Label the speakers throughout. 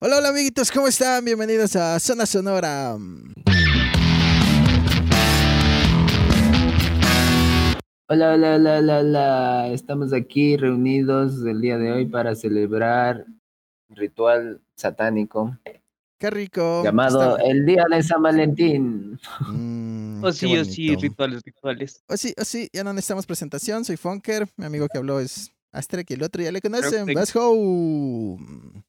Speaker 1: Hola, hola amiguitos, ¿cómo están? Bienvenidos a Zona Sonora. Mm,
Speaker 2: Hola, hola, hola, hola, hola. Estamos aquí reunidos el día de hoy para celebrar un ritual satánico
Speaker 1: Qué
Speaker 2: Oh,
Speaker 1: rico.
Speaker 2: llamado
Speaker 1: Está-
Speaker 2: el Día de San Valentín.
Speaker 1: Mm, qué
Speaker 3: O Oh, Pues sí, o sí,
Speaker 1: bonito.
Speaker 3: rituales, rituales.
Speaker 1: O sí, o sí, ya no necesitamos presentación. Soy Funker, mi amigo que habló es Astrek y el otro ya le conocen.
Speaker 3: Perfecto.
Speaker 1: Let's go. Mm,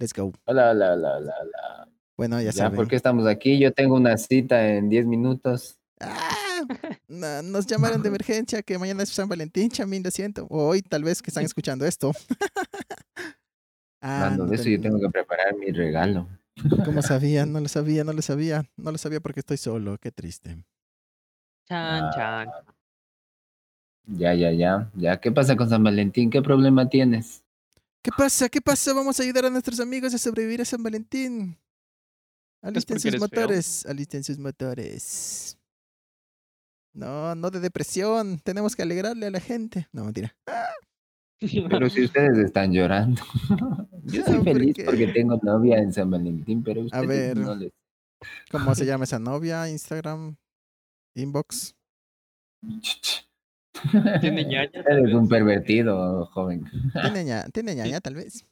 Speaker 1: Let's go.
Speaker 2: Hola, hola, hola, hola, hola.
Speaker 1: Bueno, ya,
Speaker 2: Ya,
Speaker 1: saben.
Speaker 2: ¿por qué estamos aquí? Yo tengo una cita en 10 minutos.
Speaker 1: Ah, na- nos llamaron de emergencia que mañana es San Valentín, chamín, lo siento. O hoy tal vez que están escuchando esto. ah,
Speaker 2: Hablando
Speaker 1: no
Speaker 2: de eso,
Speaker 1: ten-
Speaker 2: yo tengo que preparar mi regalo.
Speaker 1: ¿Cómo sabía? No lo sabía, no lo sabía. No lo sabía porque estoy solo. Qué triste.
Speaker 3: Chan,
Speaker 2: Ah.
Speaker 3: chan.
Speaker 2: Ya, ya, ya, ya. ¿Qué pasa con San Valentín? ¿Qué problema tienes?
Speaker 1: ¿Qué pasa? ¿Qué pasa? Vamos a ayudar a nuestros amigos a sobrevivir a San Valentín. Alisten
Speaker 3: porque
Speaker 1: sus
Speaker 3: eres feo?
Speaker 1: motores, alisten sus motores. No, no de depresión. Tenemos que alegrarle a la gente. No, mentira.
Speaker 2: Pero si ustedes están llorando. Yo
Speaker 1: No,
Speaker 2: soy feliz
Speaker 1: porque-
Speaker 2: porque tengo novia en San Valentín, pero ustedes
Speaker 1: ver.
Speaker 2: no les...
Speaker 1: ¿Cómo se llama esa novia? Instagram, inbox.
Speaker 3: Tiene ñaña. tal
Speaker 2: Eres
Speaker 3: vez.
Speaker 2: un pervertido, joven.
Speaker 1: Tiene ña- tiene ñaña, tal vez.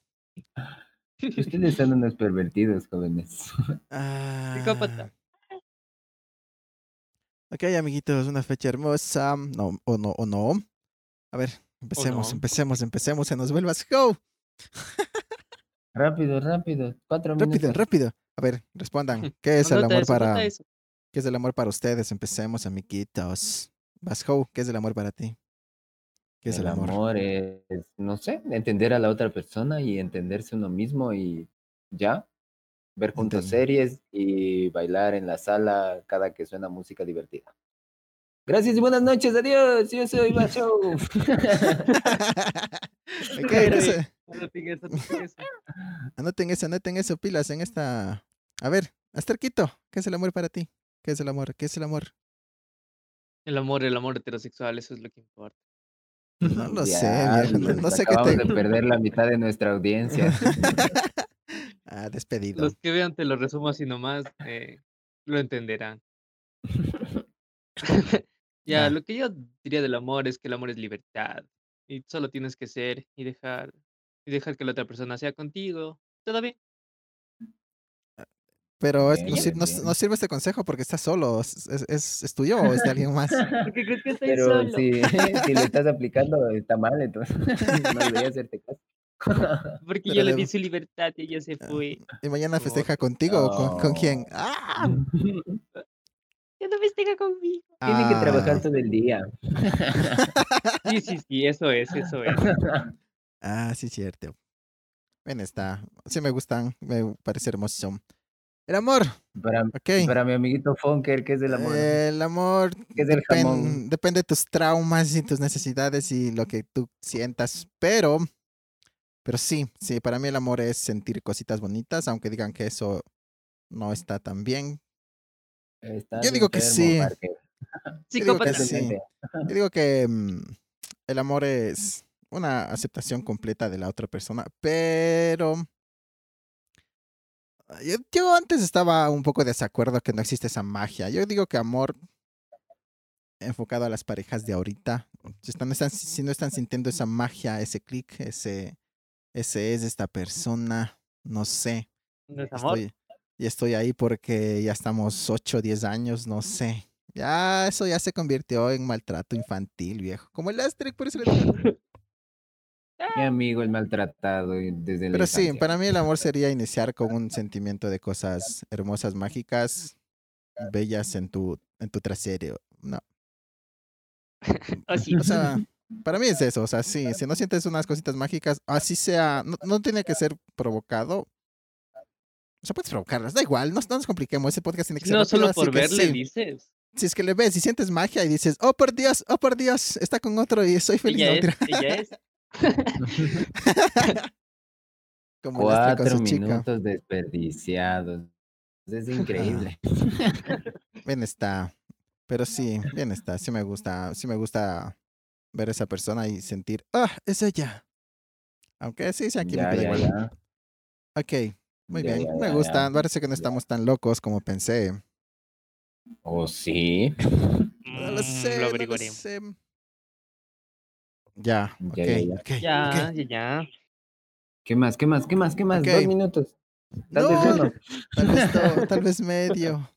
Speaker 2: Ustedes son unos pervertidos, jóvenes.
Speaker 1: Ah.
Speaker 3: Psicópata.
Speaker 1: Ok, amiguitos, una fecha hermosa. No, o no, o no. A ver, empecemos,
Speaker 3: no.
Speaker 1: empecemos, empecemos. Se nos vuelvas. Go.
Speaker 2: Rápido, rápido. Cuatro
Speaker 1: Rápido,
Speaker 2: minutos.
Speaker 1: rápido. A ver, respondan. ¿Qué es el
Speaker 3: Anota
Speaker 1: amor
Speaker 3: eso,
Speaker 1: para
Speaker 3: anota eso.
Speaker 1: qué es el amor para ustedes? Empecemos, amiguitos. Vasco, ¿qué es el amor para ti? ¿Qué es el,
Speaker 2: El
Speaker 1: amor?
Speaker 2: amor es, no sé, entender a la otra persona y entenderse uno mismo y ya. Ver juntos
Speaker 1: Entiendo.
Speaker 2: series y bailar en la sala cada que suena música divertida. Gracias y buenas noches, adiós. Yo soy Macho.
Speaker 1: Ok, entonces,
Speaker 3: Anoten eso, anoten eso.
Speaker 1: Anoten eso, anoten eso, pilas en esta. A ver, Asterquito, ¿qué es el amor para ti? ¿Qué es el amor? ¿Qué es el amor?
Speaker 3: El amor, el amor heterosexual, eso es lo que importa.
Speaker 1: No lo sé, viejo, no, no sé qué
Speaker 2: Acabamos
Speaker 1: te.
Speaker 2: de perder la mitad de nuestra audiencia.
Speaker 1: Ah, despedido.
Speaker 3: Los que vean te lo resumo así nomás, eh, lo entenderán. ya,
Speaker 1: Ya.
Speaker 3: lo que yo diría del amor es que el amor es libertad. Y solo tienes que ser y dejar, y dejar que la otra persona sea contigo. Todo bien.
Speaker 1: Pero es-
Speaker 2: Bien,
Speaker 1: no, sir-
Speaker 2: bien,
Speaker 1: no s-
Speaker 2: bien.
Speaker 1: no sirve este consejo porque estás solo. ¿Es, es- es- es tuyo o es de alguien más?
Speaker 3: Porque crees que estoy
Speaker 2: Pero
Speaker 3: solo.
Speaker 2: si, si le estás aplicando, está mal, entonces no debería hacerte caso.
Speaker 3: Porque
Speaker 1: pero
Speaker 3: yo le
Speaker 1: de-
Speaker 3: di su libertad y ella se
Speaker 1: Ah,
Speaker 3: fue.
Speaker 1: ¿Y mañana
Speaker 3: No.
Speaker 1: festeja contigo o con, con quién?
Speaker 2: No.
Speaker 1: ¡Ah!
Speaker 3: Ya no festeja conmigo.
Speaker 2: Tiene que trabajar
Speaker 1: Ah,
Speaker 2: todo el día.
Speaker 3: Sí, sí, sí, eso es, eso es.
Speaker 1: Ah, sí, cierto. Bien, está. Sí, me gustan. Me parece hermoso. El amor,
Speaker 2: Para,
Speaker 1: ok.
Speaker 2: para mi amiguito Funker, que es el amor.
Speaker 1: El amor
Speaker 2: ¿Qué es el
Speaker 1: depen-
Speaker 2: jamón?
Speaker 1: depende de tus traumas y tus necesidades y lo que tú sientas, pero pero sí, sí, para mí el amor es sentir cositas bonitas, aunque digan que eso no está tan bien.
Speaker 2: Estás
Speaker 1: yo digo que sí.
Speaker 2: Parker,
Speaker 1: Yo digo que
Speaker 3: Psicópata.
Speaker 1: sí.
Speaker 2: totalmente.
Speaker 1: Yo digo que mm, el amor es una aceptación completa de la otra persona, pero yo, yo antes estaba un poco de desacuerdo que no existe esa magia. Yo digo que amor enfocado a las parejas de ahorita, si, están- están- si no están sintiendo esa magia, ese clic, ese, ese es esta persona, no sé.
Speaker 3: No es amor.
Speaker 1: Estoy, y estoy ahí porque ya estamos 8 o 10 años, no sé. Ya, eso ya se convirtió en maltrato infantil, viejo. Como el Asterix, por eso le digo.
Speaker 2: Mi amigo, el maltratado y- desde la
Speaker 1: Pero sí,
Speaker 2: infancia.
Speaker 1: para mí el amor sería iniciar con un sentimiento de cosas hermosas, mágicas, bellas en tu, en tu trasero. No,
Speaker 3: Oh, sí.
Speaker 1: o sea, para mí es eso. O sea, sí, si no sientes unas cositas mágicas, así sea, no, no tiene que ser provocado. O sea, puedes provocarlas, da igual, no, no nos compliquemos. Ese podcast tiene que ser
Speaker 3: No
Speaker 1: rápido,
Speaker 3: solo
Speaker 1: así
Speaker 3: por
Speaker 1: que
Speaker 3: verle
Speaker 1: sí.
Speaker 3: dices.
Speaker 1: si es que le ves y sientes magia y dices, oh por Dios, oh por Dios, está con otro y soy feliz. No,
Speaker 3: Ella es,
Speaker 1: mentira.
Speaker 3: ella es.
Speaker 1: como el Astrid
Speaker 2: Cuatro
Speaker 1: con su chica.
Speaker 2: minutos desperdiciados. Es increíble.
Speaker 1: Bien está. Pero sí, bien está. Sí me gusta, sí me gusta ver a esa persona y sentir, ah, es ella. Aunque sí, sea química
Speaker 2: ya, ya,
Speaker 1: igual.
Speaker 2: ya.
Speaker 1: Ok, Muy
Speaker 2: Ya,
Speaker 1: bien,
Speaker 2: ya,
Speaker 1: me
Speaker 2: ya,
Speaker 1: gusta.
Speaker 2: ya.
Speaker 1: Parece que no estamos tan locos como pensé.
Speaker 2: ¿O Oh, sí?
Speaker 1: No
Speaker 3: Mm,
Speaker 1: lo sé, no lo
Speaker 3: averiguaremos.
Speaker 1: sé. Ya, ok,
Speaker 2: Ya, ya, ya.
Speaker 1: ok,
Speaker 3: Ya,
Speaker 1: ok.
Speaker 3: ya, ya.
Speaker 2: ¿Qué más? ¿Qué más? ¿Qué más? ¿Qué más?
Speaker 1: Ok.
Speaker 2: Dos minutos. Tal
Speaker 1: No,
Speaker 2: vez uno.
Speaker 1: Tal vez, todo, tal vez medio.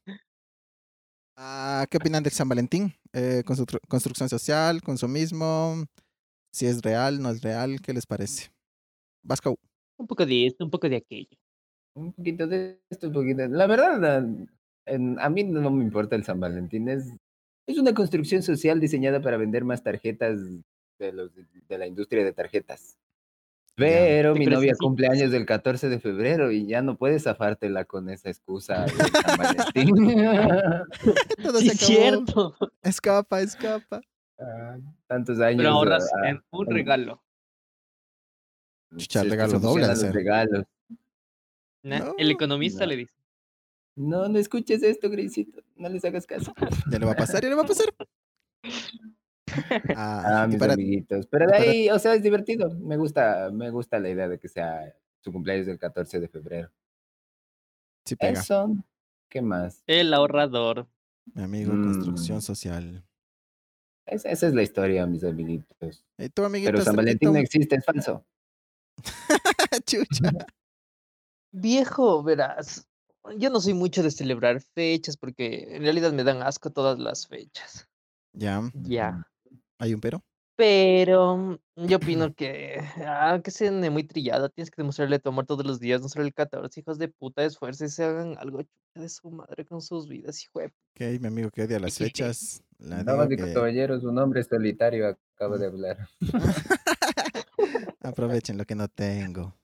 Speaker 1: Ah, ¿Qué opinan del San Valentín? Eh, constru- construcción social, consumismo, si es real, no es real, ¿qué les parece? Vasco,
Speaker 3: Un poco de esto, un poco de aquello.
Speaker 2: Un poquito de esto, un poquito. La verdad, la- en- a mí no me importa el San Valentín. Es, es una construcción social diseñada para vender más tarjetas de, los, de la industria de tarjetas.
Speaker 1: Ya.
Speaker 2: Pero
Speaker 3: Sí,
Speaker 2: mi
Speaker 3: pero es
Speaker 2: novia
Speaker 3: así.
Speaker 2: cumple años del 14 de febrero y ya no puedes zafártela con esa excusa de San Valentín.
Speaker 1: todo
Speaker 3: Sí,
Speaker 1: se
Speaker 3: es
Speaker 1: acabó.
Speaker 3: cierto.
Speaker 1: Escapa, escapa.
Speaker 2: Ah, Tantos años.
Speaker 3: Pero ahorras
Speaker 2: ah,
Speaker 3: en un
Speaker 2: ah.
Speaker 3: regalo.
Speaker 1: Chucha,
Speaker 2: si es que
Speaker 1: regalo
Speaker 2: se
Speaker 1: doble ha de
Speaker 2: fusionan
Speaker 1: ser.
Speaker 2: los regalos.
Speaker 3: ¿no?
Speaker 1: No,
Speaker 3: El economista
Speaker 2: no.
Speaker 3: le dice.
Speaker 2: No, no escuches esto, Grisito. No les hagas caso.
Speaker 1: Ya le va a pasar, ya le va a pasar. Ah,
Speaker 2: Ah,
Speaker 1: y
Speaker 2: mis
Speaker 1: para-
Speaker 2: amiguitos. Pero
Speaker 1: y
Speaker 2: de
Speaker 1: para-
Speaker 2: ahí, o sea, es divertido. Me gusta, me gusta la idea de que sea su cumpleaños del 14 de febrero.
Speaker 1: sí pega,
Speaker 2: Eso. ¿Qué más?
Speaker 3: El ahorrador.
Speaker 1: mi amigo,
Speaker 2: Mm.
Speaker 1: construcción social.
Speaker 2: Es- esa es la historia, mis amiguitos.
Speaker 1: ¿Y tú, Eh, amiguito?
Speaker 2: Pero San Valentín
Speaker 1: Sergito?
Speaker 2: no existe, es falso.
Speaker 1: Chucha.
Speaker 3: Viejo, verás. Yo no soy mucho de celebrar fechas porque en realidad me dan asco todas las fechas.
Speaker 1: Ya, Mm,
Speaker 3: Ya.
Speaker 1: hay un pero.
Speaker 3: Pero yo opino que, aunque sea muy trillada, tienes que demostrarle tu amor todos los días, no solo el 14, hijos de puta, esfuércense, hagan algo chucha de su madre con sus vidas, hijo de
Speaker 1: Ok, mi amigo que odia las fechas. La
Speaker 2: Damas y
Speaker 1: digo que-
Speaker 2: caballeros, un hombre solitario acaba de hablar.
Speaker 1: Aprovechen lo que no tengo.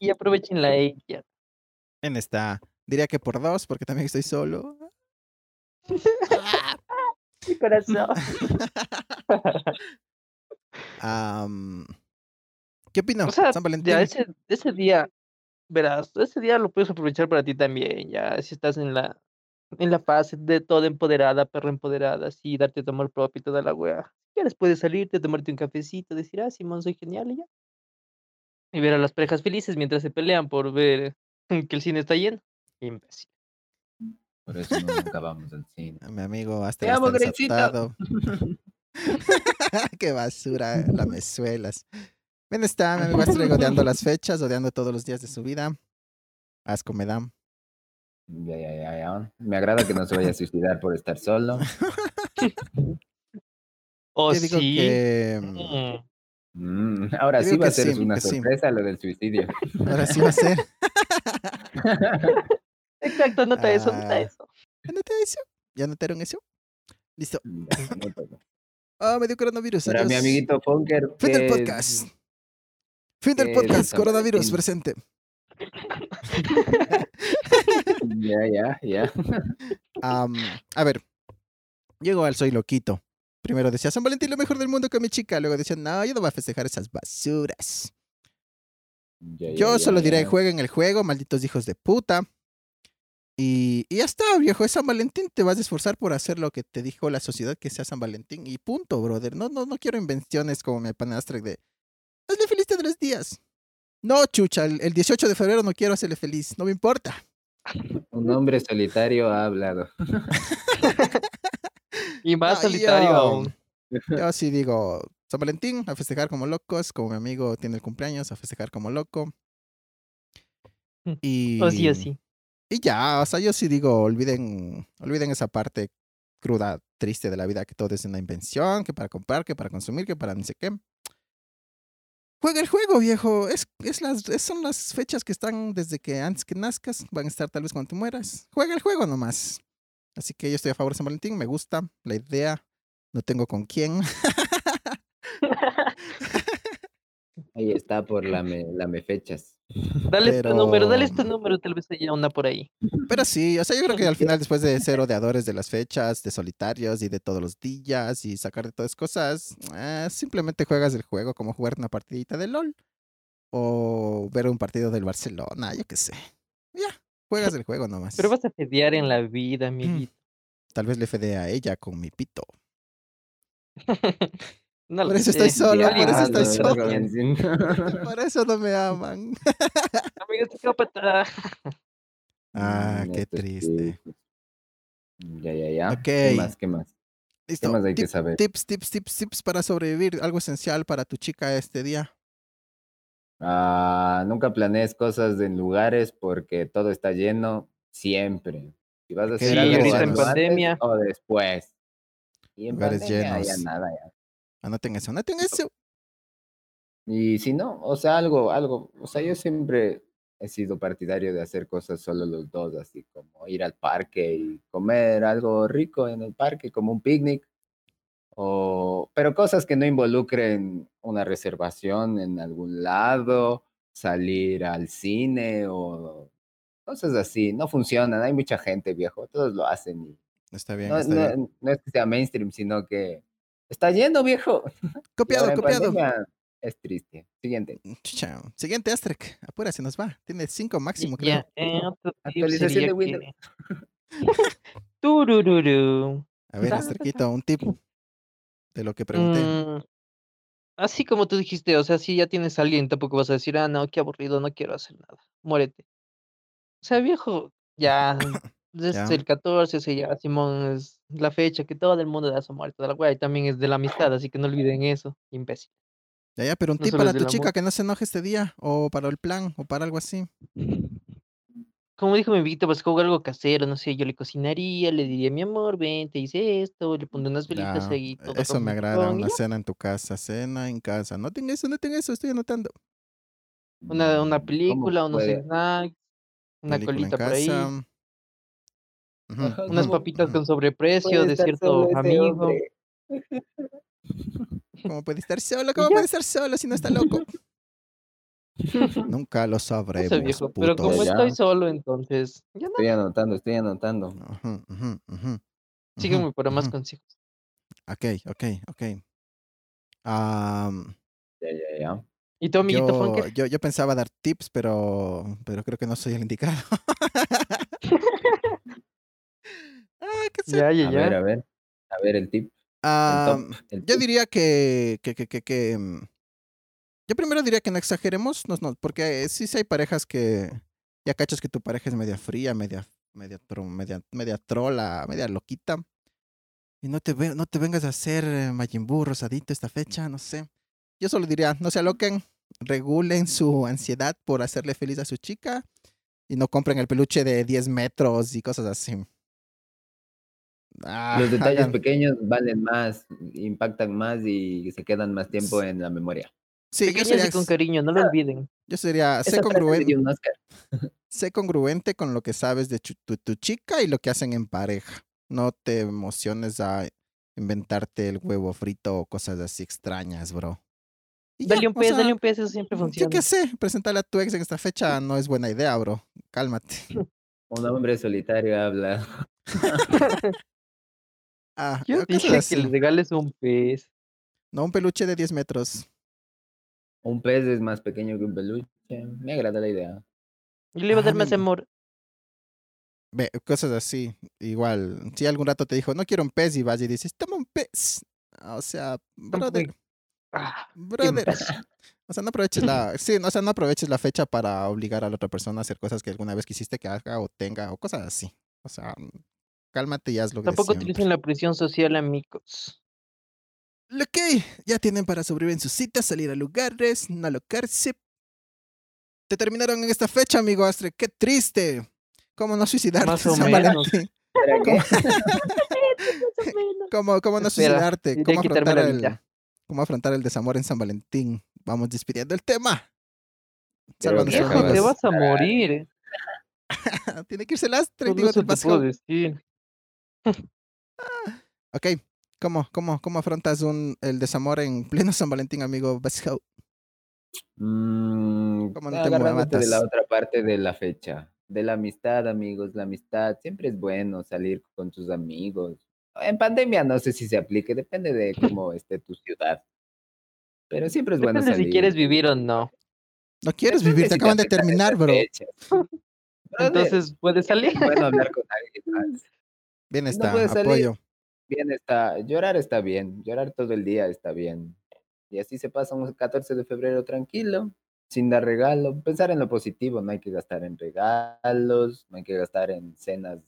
Speaker 3: Y eh, aprovechen la ella.
Speaker 1: en esta, diría que por dos, porque también estoy solo.
Speaker 3: Mi corazón.
Speaker 1: Am, ¿Qué opinan?
Speaker 3: O sea,
Speaker 1: San Valentín.
Speaker 3: ya ese, ese día, verás, ese día lo puedes aprovechar para ti también, ya, si estás en la, en la fase de toda empoderada, perro empoderada, así, darte tu amor propio y toda la wea. Si quieres, puedes salirte, tomarte un cafecito, decir, ah, Simón, soy genial y ya. Y ver a las parejas felices mientras se pelean por ver que el cine está lleno. Imbécil.
Speaker 2: Por eso nunca vamos al cine.
Speaker 1: Mi amigo, hasta
Speaker 2: Te amo,
Speaker 1: está
Speaker 2: Grecita.
Speaker 1: desatado. Qué basura, la me suelas. Bien está, mi amigo Astrego odiando las fechas, odiando todos los días de su vida. Asco me da.
Speaker 2: Ya, ya, ya, ya. Me agrada que no se vaya a suicidar por estar solo.
Speaker 3: O
Speaker 1: Yo digo
Speaker 3: Oh, sí.
Speaker 1: que mm,
Speaker 3: mm,
Speaker 2: Mm, ahora
Speaker 1: Yo
Speaker 2: sí
Speaker 1: digo
Speaker 2: va a
Speaker 1: que
Speaker 2: ser
Speaker 1: sí,
Speaker 2: una
Speaker 1: que sí.
Speaker 2: sorpresa lo del suicidio.
Speaker 3: Mm.
Speaker 1: ahora sí va a ser.
Speaker 3: Exacto, anota eso,
Speaker 1: Ah.
Speaker 3: anota eso.
Speaker 1: ¿Ya notaron eso? ¿Ya notaron eso? Listo.
Speaker 2: Ya, no todo.
Speaker 1: Ah, me dio coronavirus.
Speaker 2: Pero a mi
Speaker 1: adiós.
Speaker 2: amiguito Funker. eh,
Speaker 1: Fin del
Speaker 2: que-
Speaker 1: podcast. Fin del
Speaker 2: que
Speaker 1: podcast.
Speaker 2: San
Speaker 1: Coronavirus
Speaker 2: Valentín.
Speaker 1: presente.
Speaker 2: Ya, ya, ya.
Speaker 1: Am, a ver, llego al soy loquito. Primero decía San Valentín lo mejor del mundo con mi chica. Luego decía, no, yo no voy a festejar esas basuras.
Speaker 2: Ya, ya,
Speaker 1: Yo
Speaker 2: ya,
Speaker 1: solo diré,
Speaker 2: ya.
Speaker 1: jueguen el juego, malditos hijos de puta. Y, y ya está, viejo, es San Valentín, te vas a esforzar por hacer lo que te dijo la sociedad que sea San Valentín. Y punto, brother. No, no, no quiero invenciones como mi panastre de hazle feliz de tres días. No, chucha, el, el 18 de febrero no quiero hacerle feliz, no me importa.
Speaker 2: Un hombre solitario ha hablado.
Speaker 3: Y más
Speaker 1: No,
Speaker 3: solitario
Speaker 1: yo-
Speaker 3: aún.
Speaker 1: Yo sí digo, San Valentín, a festejar como locos, como mi amigo tiene el cumpleaños, a festejar como loco. Y,
Speaker 3: O sí, o sí.
Speaker 1: y ya, o sea, yo sí digo, olviden, olviden esa parte cruda, triste de la vida, que todo es una invención, que para comprar, que para consumir, que para ni sé qué. Juega el juego, viejo. Es, es las, es- son las fechas que están desde que antes que nazcas, van a estar tal vez cuando te mueras. Juega el juego nomás. Así que yo estoy a favor de San Valentín, me gusta la idea, no tengo con quién.
Speaker 2: Ahí está por la me, la me fechas.
Speaker 3: Dale tu número, dale
Speaker 1: pero-
Speaker 3: tu número, tal vez haya una por ahí.
Speaker 1: Pero sí, o sea, yo creo que al final, después de ser odiadores de las fechas, de solitarios y de todos los días y sacar de todas cosas, ah, simplemente juegas el juego como jugar una partidita de LOL o ver un partido del Barcelona, yo qué sé. Ya, juegas el juego nomás.
Speaker 3: Pero vas a pelear en la vida, amiguito.
Speaker 1: Tal vez le fede a ella con mi pito.
Speaker 3: No lo
Speaker 1: Por eso estoy
Speaker 3: sé.
Speaker 1: solo,
Speaker 3: por eso
Speaker 2: Ya,
Speaker 3: estoy
Speaker 2: no,
Speaker 1: solo.
Speaker 2: no, no, no.
Speaker 1: Por eso no me aman.
Speaker 3: Amigos, este psicópata.
Speaker 1: Ah, qué
Speaker 2: Este,
Speaker 1: triste.
Speaker 2: Ya, ya, ya.
Speaker 1: Ok.
Speaker 2: ¿Qué más? ¿Qué más? ¿Qué
Speaker 1: Listo.
Speaker 2: más hay que
Speaker 1: Tip-
Speaker 2: saber?
Speaker 1: tips, tips, tips, tips para sobrevivir. Algo esencial para tu chica este día.
Speaker 2: Ah, nunca planees cosas en lugares porque todo está lleno siempre. Si vas a
Speaker 1: Sí,
Speaker 2: hacer algo,
Speaker 1: ahorita en
Speaker 2: hazlo antes
Speaker 3: pandemia.
Speaker 2: o después. Y en
Speaker 1: Lugares
Speaker 2: pandemia ya
Speaker 1: llenos.
Speaker 2: nada ya.
Speaker 1: Anoten eso, anoten eso.
Speaker 2: Y si no, o sea, algo, algo, o sea, yo siempre he sido partidario de hacer cosas solo los dos, así como ir al parque y comer algo rico en el parque, como un picnic, o, pero cosas que no involucren una reservación en algún lado, salir al cine o cosas así, no funcionan, hay mucha gente, viejo, todos lo hacen y
Speaker 1: Está bien,
Speaker 2: no,
Speaker 1: está bien.
Speaker 2: no- no es que sea mainstream, sino que está yendo, viejo. Y ahora
Speaker 1: Copiado,
Speaker 2: en
Speaker 1: copiado.
Speaker 2: pandemia Es triste. Siguiente.
Speaker 1: Chucha. Siguiente Asterix. Apura, se nos va. Tiene cinco máximo, creo.
Speaker 3: Ya, eh, otro tip
Speaker 2: Actualización
Speaker 3: sería
Speaker 2: de
Speaker 3: que-
Speaker 2: Windows.
Speaker 3: Turururu.
Speaker 1: A ver, Asterquito, un tip de lo que pregunté.
Speaker 3: Mm, así como tú dijiste, o sea, si ya tienes a alguien, tampoco vas a decir, ah, no, qué aburrido, no quiero hacer nada, muérete. O sea, viejo, ya, desde
Speaker 1: Ya.
Speaker 3: el 14, o sea, ya, Simón, es la fecha que todo el mundo da su muerte de la wea, y también es de la amistad, así que no olviden eso, imbécil.
Speaker 1: Ya, ya, pero un
Speaker 3: no
Speaker 1: tip
Speaker 3: solo
Speaker 1: para
Speaker 3: es
Speaker 1: tu
Speaker 3: del
Speaker 1: chica
Speaker 3: amor.
Speaker 1: que no se enoje este día, o para el plan, o para algo así.
Speaker 3: Como dijo mi Vito, pues como algo casero, no sé, yo le cocinaría, le diría, mi amor, ven, te hice esto, le pondré unas velitas
Speaker 1: Ya,
Speaker 3: ahí, todo
Speaker 1: eso me agrada,
Speaker 3: romanticón, y
Speaker 1: una
Speaker 3: ya.
Speaker 1: cena en tu casa, cena en casa. No tengo eso, no tengo eso, estoy anotando.
Speaker 3: Una,
Speaker 2: Mm,
Speaker 3: una
Speaker 2: ¿cómo
Speaker 3: película, unos
Speaker 2: puede?
Speaker 3: snacks, una
Speaker 1: Película en
Speaker 3: colita por ahí.
Speaker 1: casa. Ujú,
Speaker 2: Ajá,
Speaker 3: Unas
Speaker 1: ujú,
Speaker 2: ¿cómo
Speaker 3: papitas
Speaker 1: ujú.
Speaker 3: con sobreprecio
Speaker 2: puede
Speaker 3: de
Speaker 2: estar solo
Speaker 3: cierto
Speaker 2: ese
Speaker 3: amigo.
Speaker 2: hombre?
Speaker 1: ¿Cómo puede estar solo? ¿Cómo
Speaker 3: ya.
Speaker 1: puede estar solo si no está loco? Nunca lo
Speaker 3: No
Speaker 1: sabremos,
Speaker 3: sé, viejo, pero como
Speaker 1: putos.
Speaker 2: Ya.
Speaker 3: estoy solo, entonces, ya no.
Speaker 2: Estoy anotando, estoy anotando.
Speaker 1: Ujú, ujú, ujú,
Speaker 3: Sígueme
Speaker 1: ujú,
Speaker 3: para más
Speaker 1: ujú.
Speaker 3: consejos.
Speaker 1: Ok, ok, ok. Am,
Speaker 2: Ya, ya, ya.
Speaker 3: ¿Y tu amiguito
Speaker 1: yo,
Speaker 3: Funker?
Speaker 1: yo, yo pensaba dar tips, pero, pero creo que no soy el indicado. ah, qué sé.
Speaker 3: Ya, ya,
Speaker 2: A ver,
Speaker 3: ya.
Speaker 2: a ver. A ver el tip. Ah,
Speaker 1: Am,
Speaker 2: el
Speaker 1: yo
Speaker 2: tip.
Speaker 1: diría que, que, que, que, que, mm, Yo primero diría que no exageremos, no, no, porque eh, sí, sí hay parejas que. Ya cachas que tu pareja es media fría, media, media, tro- media, media trola, media loquita. Y no te, ve- no te vengas a hacer eh, Majin Buu rosadito esta fecha, no sé. Yo solo diría, no se aloquen, regulen su ansiedad por hacerle feliz a su chica y no compren el peluche de 10 metros y cosas así. Ah,
Speaker 2: Los detalles
Speaker 1: hagan-
Speaker 2: pequeños valen más, impactan más y se quedan más tiempo en la memoria.
Speaker 1: Sí, yo
Speaker 3: Pequeños
Speaker 1: sería,
Speaker 3: y con cariño, no lo olviden.
Speaker 1: yo sería, sé
Speaker 2: Esa frase le
Speaker 1: congruente.
Speaker 2: dio un Oscar.
Speaker 1: sé congruente con lo que sabes de chu- tu, tu chica y lo que hacen en pareja. No te emociones a inventarte el huevo frito o cosas así extrañas, bro. Y ya,
Speaker 3: Dale un
Speaker 1: o
Speaker 3: pez,
Speaker 1: sea,
Speaker 3: dale un pez, eso siempre
Speaker 1: Yo
Speaker 3: funciona.
Speaker 1: qué sé, presentarle a tu ex en esta fecha no es buena idea, bro. Cálmate.
Speaker 2: Un hombre solitario habla.
Speaker 1: Ah,
Speaker 3: Yo
Speaker 1: o cosas
Speaker 3: dije que le
Speaker 1: así.
Speaker 3: regales un pez.
Speaker 1: No, un peluche de 10 metros.
Speaker 2: Un pez es más pequeño que un peluche. Me agrada la idea.
Speaker 3: Yo le iba a
Speaker 1: Ah,
Speaker 3: dar
Speaker 1: me-
Speaker 3: más amor.
Speaker 1: Ve, cosas así. Igual, si algún rato te dijo, no quiero un pez y vas y dices, toma un pez. O sea, brother,
Speaker 3: Ah, qué
Speaker 1: brother.
Speaker 3: imbécil.
Speaker 1: O sea, no aproveches la, sí, no, o sea, no aproveches la fecha para obligar a la otra persona a hacer cosas que alguna vez quisiste que haga o tenga o cosas así. O sea, mm, cálmate y haz lo que
Speaker 3: Tampoco
Speaker 1: Tampoco
Speaker 2: pues.
Speaker 3: utilicen la prisión social, amigos.
Speaker 1: Lo que ya tienen para sobrevivir en sus citas, salir a lugares, no alocarse. Te terminaron en esta fecha, amigo Astre. Qué triste. ¿Cómo no suicidarte
Speaker 3: Más
Speaker 1: en
Speaker 3: o
Speaker 1: San
Speaker 3: menos.
Speaker 1: Valentín?
Speaker 2: ¿Será que?
Speaker 3: Más o menos.
Speaker 1: ¿Cómo, cómo no
Speaker 3: Espera,
Speaker 1: suicidarte?
Speaker 3: iré
Speaker 1: ¿Cómo
Speaker 3: a quitarme
Speaker 1: afrontar,
Speaker 3: la
Speaker 1: el,
Speaker 3: vida.
Speaker 1: ¿Cómo afrontar el desamor en San Valentín? Vamos despidiendo el tema.
Speaker 2: Creo
Speaker 1: Salva a
Speaker 2: que
Speaker 1: nuestros
Speaker 3: Viejo, te
Speaker 1: amigos.
Speaker 2: acabas-
Speaker 3: vas a morir. eh.
Speaker 1: Tiene que irse el Astre.
Speaker 3: Solo
Speaker 1: Digo,
Speaker 3: eso
Speaker 1: te
Speaker 3: te
Speaker 1: pasó.
Speaker 3: puedo decir.
Speaker 1: Ok, ¿cómo, cómo, cómo afrontas un, el desamor en pleno San Valentín, amigo Basco?
Speaker 2: Mm,
Speaker 1: ¿Cómo no te
Speaker 2: agarrándote de la
Speaker 1: matas?
Speaker 2: otra parte de la fecha, de la amistad, amigos, la amistad siempre es bueno salir con tus amigos. En pandemia no sé si se aplique, depende de cómo esté tu ciudad, pero siempre es bueno
Speaker 3: Depende
Speaker 2: salir.
Speaker 3: si quieres vivir o no.
Speaker 1: No quieres
Speaker 2: Depende
Speaker 1: vivir, te
Speaker 2: si
Speaker 1: acaban de
Speaker 2: afectan
Speaker 1: terminar,
Speaker 2: esas
Speaker 1: bro.
Speaker 2: fechas. Brother,
Speaker 3: Entonces puedes salir.
Speaker 2: es bueno hablar con alguien más.
Speaker 1: Bien
Speaker 2: no
Speaker 1: está,
Speaker 2: puedes salir.
Speaker 1: apoyo.
Speaker 2: Bien está, llorar está bien, llorar todo el día está bien. Y así se pasa un 14 de febrero tranquilo, sin dar regalo, pensar en lo positivo, no hay que gastar en regalos, no hay que gastar en cenas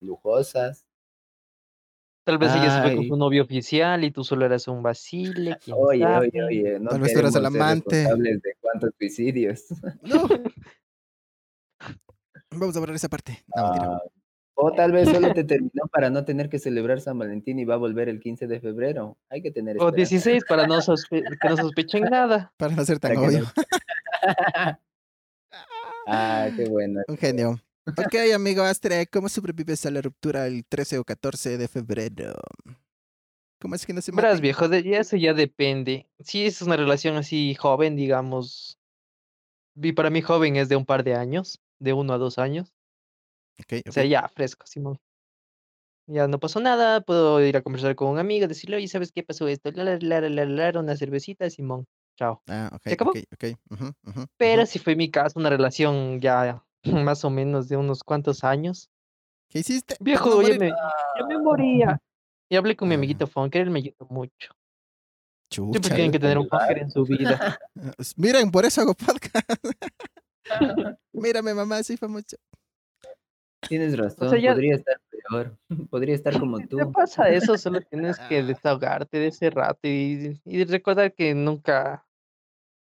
Speaker 2: lujosas.
Speaker 3: Tal vez ella se fue con su novio oficial y tú solo eras un Basile. quién
Speaker 2: Oye,
Speaker 3: sabe.
Speaker 2: oye, oye, no
Speaker 1: Ah, Tal vez tú eras el
Speaker 2: queremos ser
Speaker 1: amante.
Speaker 2: responsables de cuántos suicidios.
Speaker 1: No. Vamos a borrar esa parte. No, mentira.
Speaker 2: Ah, o tal vez solo te terminó para no tener que celebrar San Valentín y va a volver el 15 de febrero. Hay que tener
Speaker 3: O
Speaker 2: esperanza.
Speaker 3: 16 para no sospe- que no sospechen nada.
Speaker 1: Para no ser tan
Speaker 2: Para que no-
Speaker 1: obvio.
Speaker 2: Ah, qué bueno.
Speaker 1: Un genio. Ok, amigo Astre, ¿cómo sobrevives a la ruptura el 13 o 14 de febrero? ¿Cómo es que no se
Speaker 3: Verás,
Speaker 1: matan?
Speaker 3: viejo, de, ya eso ya depende. Si es una relación así joven, digamos. Y para mí joven es de un par de años, de uno a dos años.
Speaker 1: Ok, ok.
Speaker 3: O sea, ya, fresco, Simón. Ya no pasó nada, puedo ir a conversar con un amigo, decirle, oye, ¿sabes qué pasó esto? La, la, la, la, la, la, la, una cervecita, Simón. Chao.
Speaker 1: Ah, ok,
Speaker 3: ¿se acabó?
Speaker 1: ok, ok. Ujú, ujú, ujú.
Speaker 3: Pero si fue mi caso, una relación ya más o menos de unos cuantos años.
Speaker 1: ¿Qué hiciste?
Speaker 3: Viejo,
Speaker 1: No,
Speaker 3: oye,
Speaker 1: morir.
Speaker 3: me, yo me moría. Y hablé con mi
Speaker 1: Ah.
Speaker 3: amiguito Funker, él me ayudó mucho. Siempre
Speaker 1: Chucha.
Speaker 3: tienen que tener un
Speaker 2: ayudar.
Speaker 3: Funker en su vida.
Speaker 1: Miren, por eso hago podcast. Mírame, mamá, soy famoso.
Speaker 2: Tienes razón,
Speaker 3: sea, ya-
Speaker 2: podría estar peor. Podría estar como
Speaker 3: Si
Speaker 2: tú.
Speaker 3: te pasa eso, solo tienes
Speaker 1: Ah.
Speaker 3: que desahogarte de ese rato y, y recordar que nunca.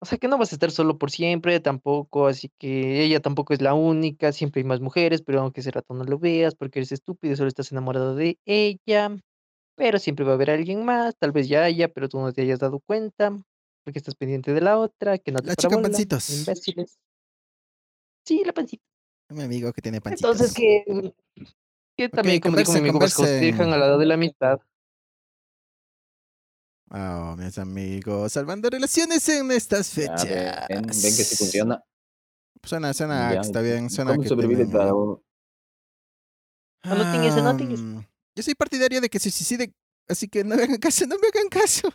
Speaker 3: O sea, que no vas a estar solo por siempre tampoco, así que ella tampoco es la única, siempre hay más mujeres, pero aunque ese rato no lo veas porque eres estúpido, solo estás enamorado de ella, pero siempre va a haber alguien más, tal vez ya ella, pero tú no te hayas dado cuenta, porque estás pendiente de la otra, que no te
Speaker 1: La
Speaker 3: para
Speaker 1: chica
Speaker 3: bola,
Speaker 1: pancitos.
Speaker 3: imbéciles. Sí, la pancita.
Speaker 1: Mi amigo que tiene pancitos.
Speaker 3: Entonces que, que también, como dijo mi
Speaker 1: conversen,
Speaker 3: amigo Vasco, se dejan al lado de la amistad.
Speaker 1: Oh, mis amigos, salvando relaciones en estas
Speaker 2: Ya, pues,
Speaker 1: fechas.
Speaker 2: ven, ven que sí funciona.
Speaker 1: Suena, suena,
Speaker 2: Ya,
Speaker 1: que está bien, suena
Speaker 2: ¿Cómo
Speaker 1: que
Speaker 2: sobrevive
Speaker 1: tienen-
Speaker 2: cada uno?
Speaker 1: Ah,
Speaker 3: Anoten eso, anoten eso.
Speaker 1: mm, Yo soy partidario de que se suicide, así que no me hagan caso, no me hagan caso.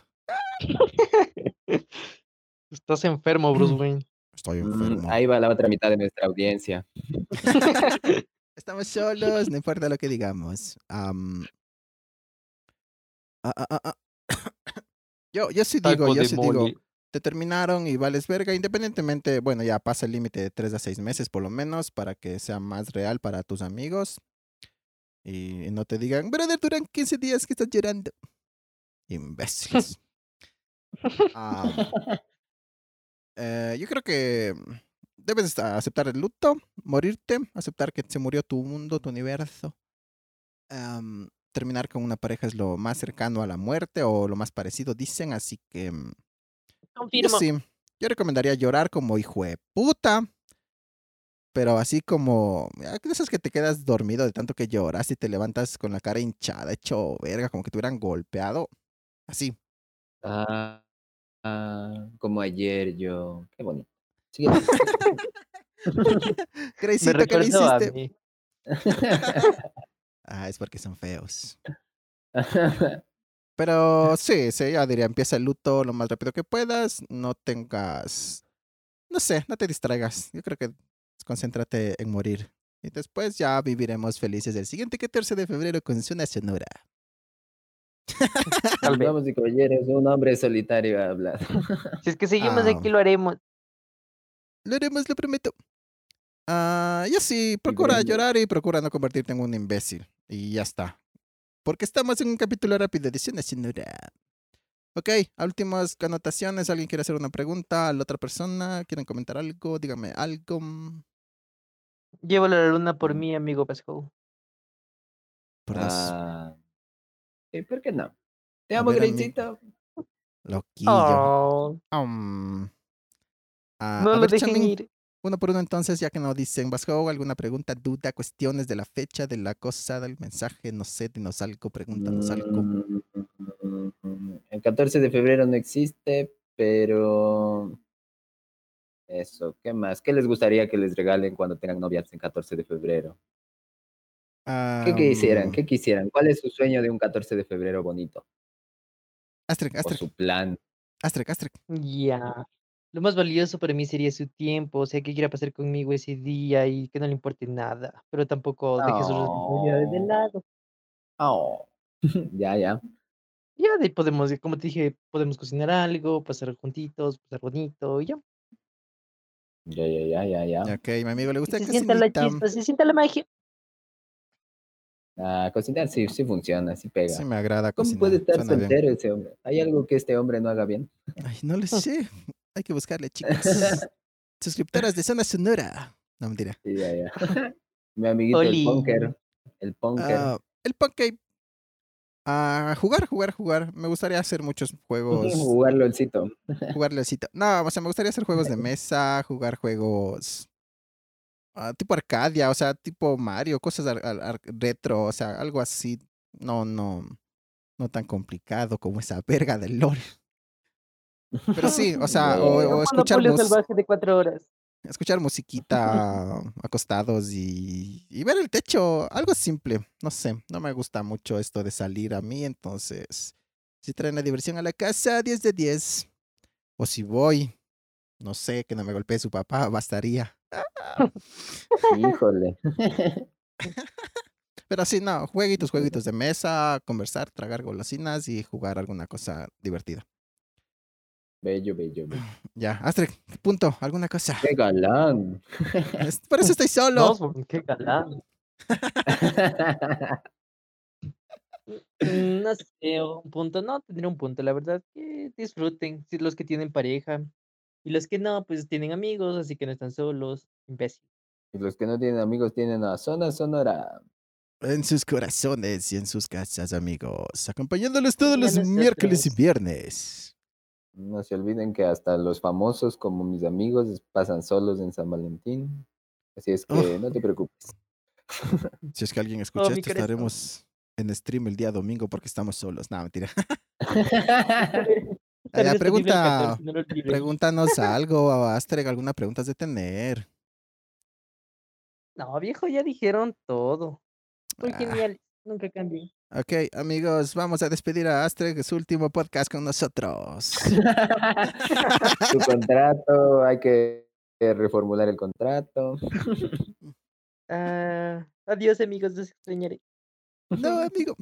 Speaker 3: Estás enfermo, Bruce Wayne.
Speaker 1: Estoy
Speaker 2: Mm,
Speaker 1: enfermo.
Speaker 2: ahí va la otra mitad de nuestra audiencia.
Speaker 1: Estamos solos, no importa lo que digamos. Am, ah, ah, ah, ah. yo, yo sí digo, yo sí digo, te terminaron y vales verga, independientemente, bueno, ya pasa el límite de 3 a 6 meses por lo menos para que sea más real para tus amigos y no te digan, brother, duran 15 días que estás llorando. Imbéciles. Am, eh, yo creo que debes a- aceptar el luto, morirte, aceptar que se murió tu mundo, tu universo. Am, terminar con una pareja es lo más cercano a la muerte o lo más parecido, dicen, así que... mm, yo
Speaker 3: Confirmo.
Speaker 1: sí. Yo recomendaría llorar como hijo de puta. Pero así como. ah, De esas que te quedas dormido de tanto que lloras y te levantas con la cara hinchada, hecho verga, como que te hubieran golpeado. Así.
Speaker 2: Ah, ah, como ayer yo. Qué bonito. Siguiente.
Speaker 3: Me
Speaker 1: Crazyto, ¿qué le
Speaker 3: recuerdo a
Speaker 1: hiciste?
Speaker 3: mí.
Speaker 1: Ah, es porque son feos. Pero sí, sí, yo diría, empieza el luto lo más rápido que puedas. No tengas. No sé, no te distraigas. Yo creo que concéntrate en morir. Y después ya viviremos felices el siguiente 14 de febrero con Zona Sonora.
Speaker 3: Tal vez.
Speaker 2: Vamos y caballeros, un hombre solitario ha hablado.
Speaker 3: Si es que seguimos
Speaker 1: Ah.
Speaker 3: aquí, lo haremos.
Speaker 1: Lo haremos, lo prometo. Ah, y así, procura
Speaker 2: bueno.
Speaker 1: llorar y procura no convertirte en un imbécil. Y ya está. Porque estamos en un capítulo rápido de Cine Sonora. Ok, a últimas anotaciones. ¿Alguien quiere hacer una pregunta a la otra persona? ¿Quieren comentar algo? Dígame algo.
Speaker 3: Llévalo a la luna por mí, amigo Pasco.
Speaker 1: Por dos.
Speaker 2: Ah, sí, ¿Por qué no? Te amo,
Speaker 1: ver, amigo.
Speaker 2: Greycito.
Speaker 1: Loquillo.
Speaker 3: Oh,
Speaker 1: Am. Um. Ah,
Speaker 3: no
Speaker 1: a
Speaker 3: lo
Speaker 1: ver,
Speaker 3: dejen
Speaker 1: Chamin,
Speaker 3: ir.
Speaker 1: uno por uno entonces, ya que no dicen. ¿Vasco alguna pregunta, duda, cuestiones de la fecha, de la cosa, del mensaje? No sé, dinos algo, pregúntanos algo.
Speaker 2: Mm, El 14 de febrero no existe, pero. Eso, ¿qué más? ¿Qué les gustaría que les regalen cuando tengan novias en 14 de febrero?
Speaker 1: Ah,
Speaker 2: ¿Qué quisieran?
Speaker 1: Am,
Speaker 2: ¿Qué quisieran? ¿Cuál es su sueño de un 14 de febrero bonito?
Speaker 1: Asterix,
Speaker 2: O
Speaker 1: Asterix,
Speaker 2: su plan.
Speaker 1: Asterix, Asterix.
Speaker 3: Ya. Lo más valioso para mí sería su tiempo, o sea, que quiera pasar conmigo ese día y que no le importe nada, pero tampoco deje sus responsabilidades de
Speaker 2: No.
Speaker 3: lado.
Speaker 2: Oh. ya, ya.
Speaker 3: Ya de ahí podemos, como te dije, podemos cocinar algo, pasar juntitos, pasar bonito, y ya.
Speaker 2: Ya, ya, ya, ya, ya.
Speaker 1: Ok, mi amigo, ¿le gusta
Speaker 3: Se
Speaker 1: que
Speaker 3: siente la chispa, se siente la magia.
Speaker 2: Ah, cocinar sí, sí funciona, sí pega.
Speaker 1: Sí, me agrada.
Speaker 2: ¿Cómo
Speaker 1: cocinar,
Speaker 2: puede estar
Speaker 1: suena bien.
Speaker 2: soltero ese hombre? ¿Hay algo que este hombre no haga bien?
Speaker 1: Ay, no lo sé. Hay que buscarle, chicas. Suscriptoras de Zona Sonora. No, mentira.
Speaker 2: Sí, ya, ya. Mi amiguito,
Speaker 3: Oli.
Speaker 2: el punker. El punker.
Speaker 1: Ah, el pancake. A jugar, jugar, jugar. Me gustaría hacer muchos juegos.
Speaker 2: Jugar LOLcito.
Speaker 1: jugar LOLcito. No, o sea, me gustaría hacer juegos de mesa, jugar juegos ah, tipo Arcadia, o sea, tipo Mario, cosas ar- ar- ar- retro, o sea, algo así. No, no, no tan complicado como esa verga del LOL. Pero sí, o sea, o, o escuchar,
Speaker 3: Monopolio
Speaker 1: mus-
Speaker 3: salvaje de cuatro horas.
Speaker 1: escuchar musiquita acostados y, y ver el techo, algo simple. No sé, no me gusta mucho esto de salir a mí, entonces, si traen la diversión a la casa, 10 de 10. O si voy, no sé, que no me golpee su papá, bastaría.
Speaker 2: Híjole.
Speaker 1: Pero sí, no, jueguitos, jueguitos de mesa, conversar, tragar golosinas y jugar alguna cosa divertida.
Speaker 2: Bello, bello, bello.
Speaker 1: Ya, Astrid, punto, alguna cosa.
Speaker 2: ¡Qué galán!
Speaker 1: Es- Por eso estoy solo.
Speaker 3: No, porque qué galán. Mm, No sé, un punto, no tendría un punto, la verdad, que disfruten, si los que tienen pareja y los que no, pues tienen amigos, así que no están solos, imbécil.
Speaker 2: Y Los que no tienen amigos tienen a Zona Sonora.
Speaker 1: En sus corazones y en sus casas, amigos. Acompañándolos todos
Speaker 3: Y a
Speaker 1: los miércoles y
Speaker 3: nosotros.
Speaker 1: viernes.
Speaker 2: No se olviden que hasta los famosos como mis amigos pasan solos en San Valentín. Así es que
Speaker 1: Uf.
Speaker 2: no te preocupes.
Speaker 1: Si es que alguien escucha
Speaker 3: Mm. Oh, mi
Speaker 1: esto,
Speaker 3: corazón.
Speaker 1: estaremos en stream el día domingo porque estamos solos. No, mentira.
Speaker 3: Tal vez
Speaker 1: Ah, ya,
Speaker 3: te libre el
Speaker 1: pregunta-
Speaker 3: 14, no lo olvides.
Speaker 1: Pregúntanos algo, Astreg, alguna pregunta has de tener.
Speaker 3: No, viejo, ya dijeron todo. Soy
Speaker 1: Ah.
Speaker 3: genial, nunca cambié.
Speaker 1: Ok, amigos, vamos a despedir a Astreg, su último podcast con nosotros.
Speaker 2: Tu contrato, hay que eh, reformular el contrato.
Speaker 3: Ah, adiós, amigos, los extrañaré.
Speaker 1: No, amigo.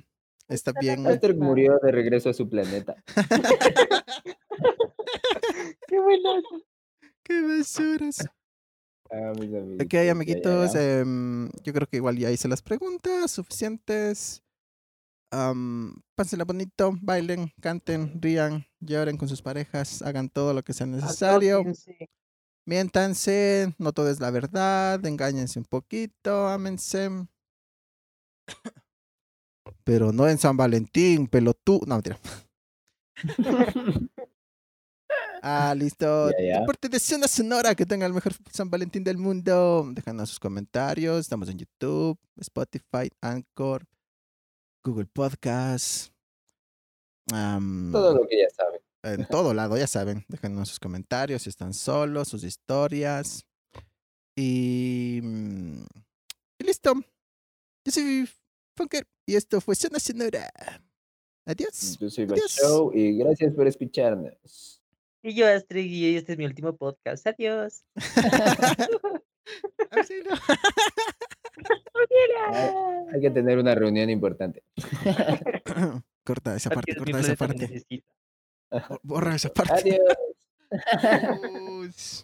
Speaker 1: Está bien.
Speaker 2: Aster murió de regreso a su planeta.
Speaker 3: Qué bueno.
Speaker 1: Qué basuras.
Speaker 2: Ah, mis amiguitos,
Speaker 1: Ok,
Speaker 2: ya, ya,
Speaker 1: amiguitos,
Speaker 2: ya.
Speaker 1: em, yo creo que igual ya hice las preguntas suficientes. Am, pásenla bonito, bailen, canten, rían, lloren con sus parejas, hagan todo lo que
Speaker 2: Ah,
Speaker 1: sea necesario.
Speaker 3: Atóquense.
Speaker 1: Miéntanse, no todo es la verdad, engáñense un poquito, ámense. Pero no en San Valentín, pelotú. No, mentira. ah, listo.
Speaker 2: Ya, ya.
Speaker 1: De parte de Zona Sonora, que tenga el mejor San Valentín del mundo. Déjanos sus comentarios. Estamos en YouTube, Spotify, Anchor, Google Podcast. am,
Speaker 2: Todo lo que ya saben.
Speaker 1: en todo lado, ya saben. Déjenos sus comentarios si están solos, sus historias. Y, mm, y listo. Yo soy Funker y esto fue Zona Sonora. Adiós.
Speaker 2: Yo soy
Speaker 1: Adiós.
Speaker 2: Show y gracias por escucharnos.
Speaker 3: Y yo, Astrid, y este es mi último podcast. Adiós.
Speaker 1: Así no.
Speaker 2: Hay que tener una reunión importante.
Speaker 1: corta esa parte,
Speaker 3: Porque mi
Speaker 1: corta esa
Speaker 3: planeta me
Speaker 1: parte.
Speaker 3: necesita.
Speaker 1: Borra esa parte.
Speaker 2: Adiós.
Speaker 1: Uy.